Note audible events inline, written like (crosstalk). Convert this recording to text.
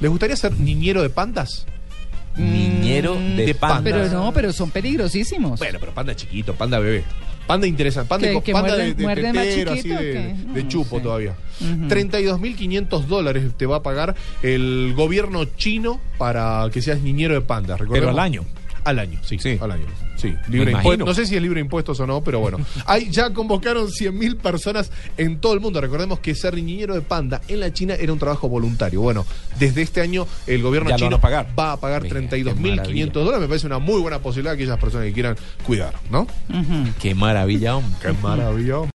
¿Les gustaría ser niñero de pandas? Niñero de, de pan. pan. Pero no, pero son peligrosísimos. Bueno, pero panda chiquito, panda bebé. Panda interesante, panda, ¿Que- co- que panda muerden- de, de muerden más tetero, así chiquito o de, qué? No, de no chupo sé. todavía. 32.500 dólares te va a pagar el gobierno chino para que seas niñero de panda. Pero recordemos. al año. Al año, sí, Sí. al año. Sí, libre de imagino. impuestos. No sé si es libre de impuestos o no, pero (laughs) bueno. Hay, ya convocaron 100.000 personas en todo el mundo. Recordemos que ser niñero de panda en la China era un trabajo voluntario. Bueno, desde este año el gobierno Ya lo van chino a pagar. va a pagar Mira, qué 32.500 dólares. Me parece una muy buena posibilidad que aquellas personas que quieran cuidar, ¿no? Qué maravilla, hombre. Qué maravilla.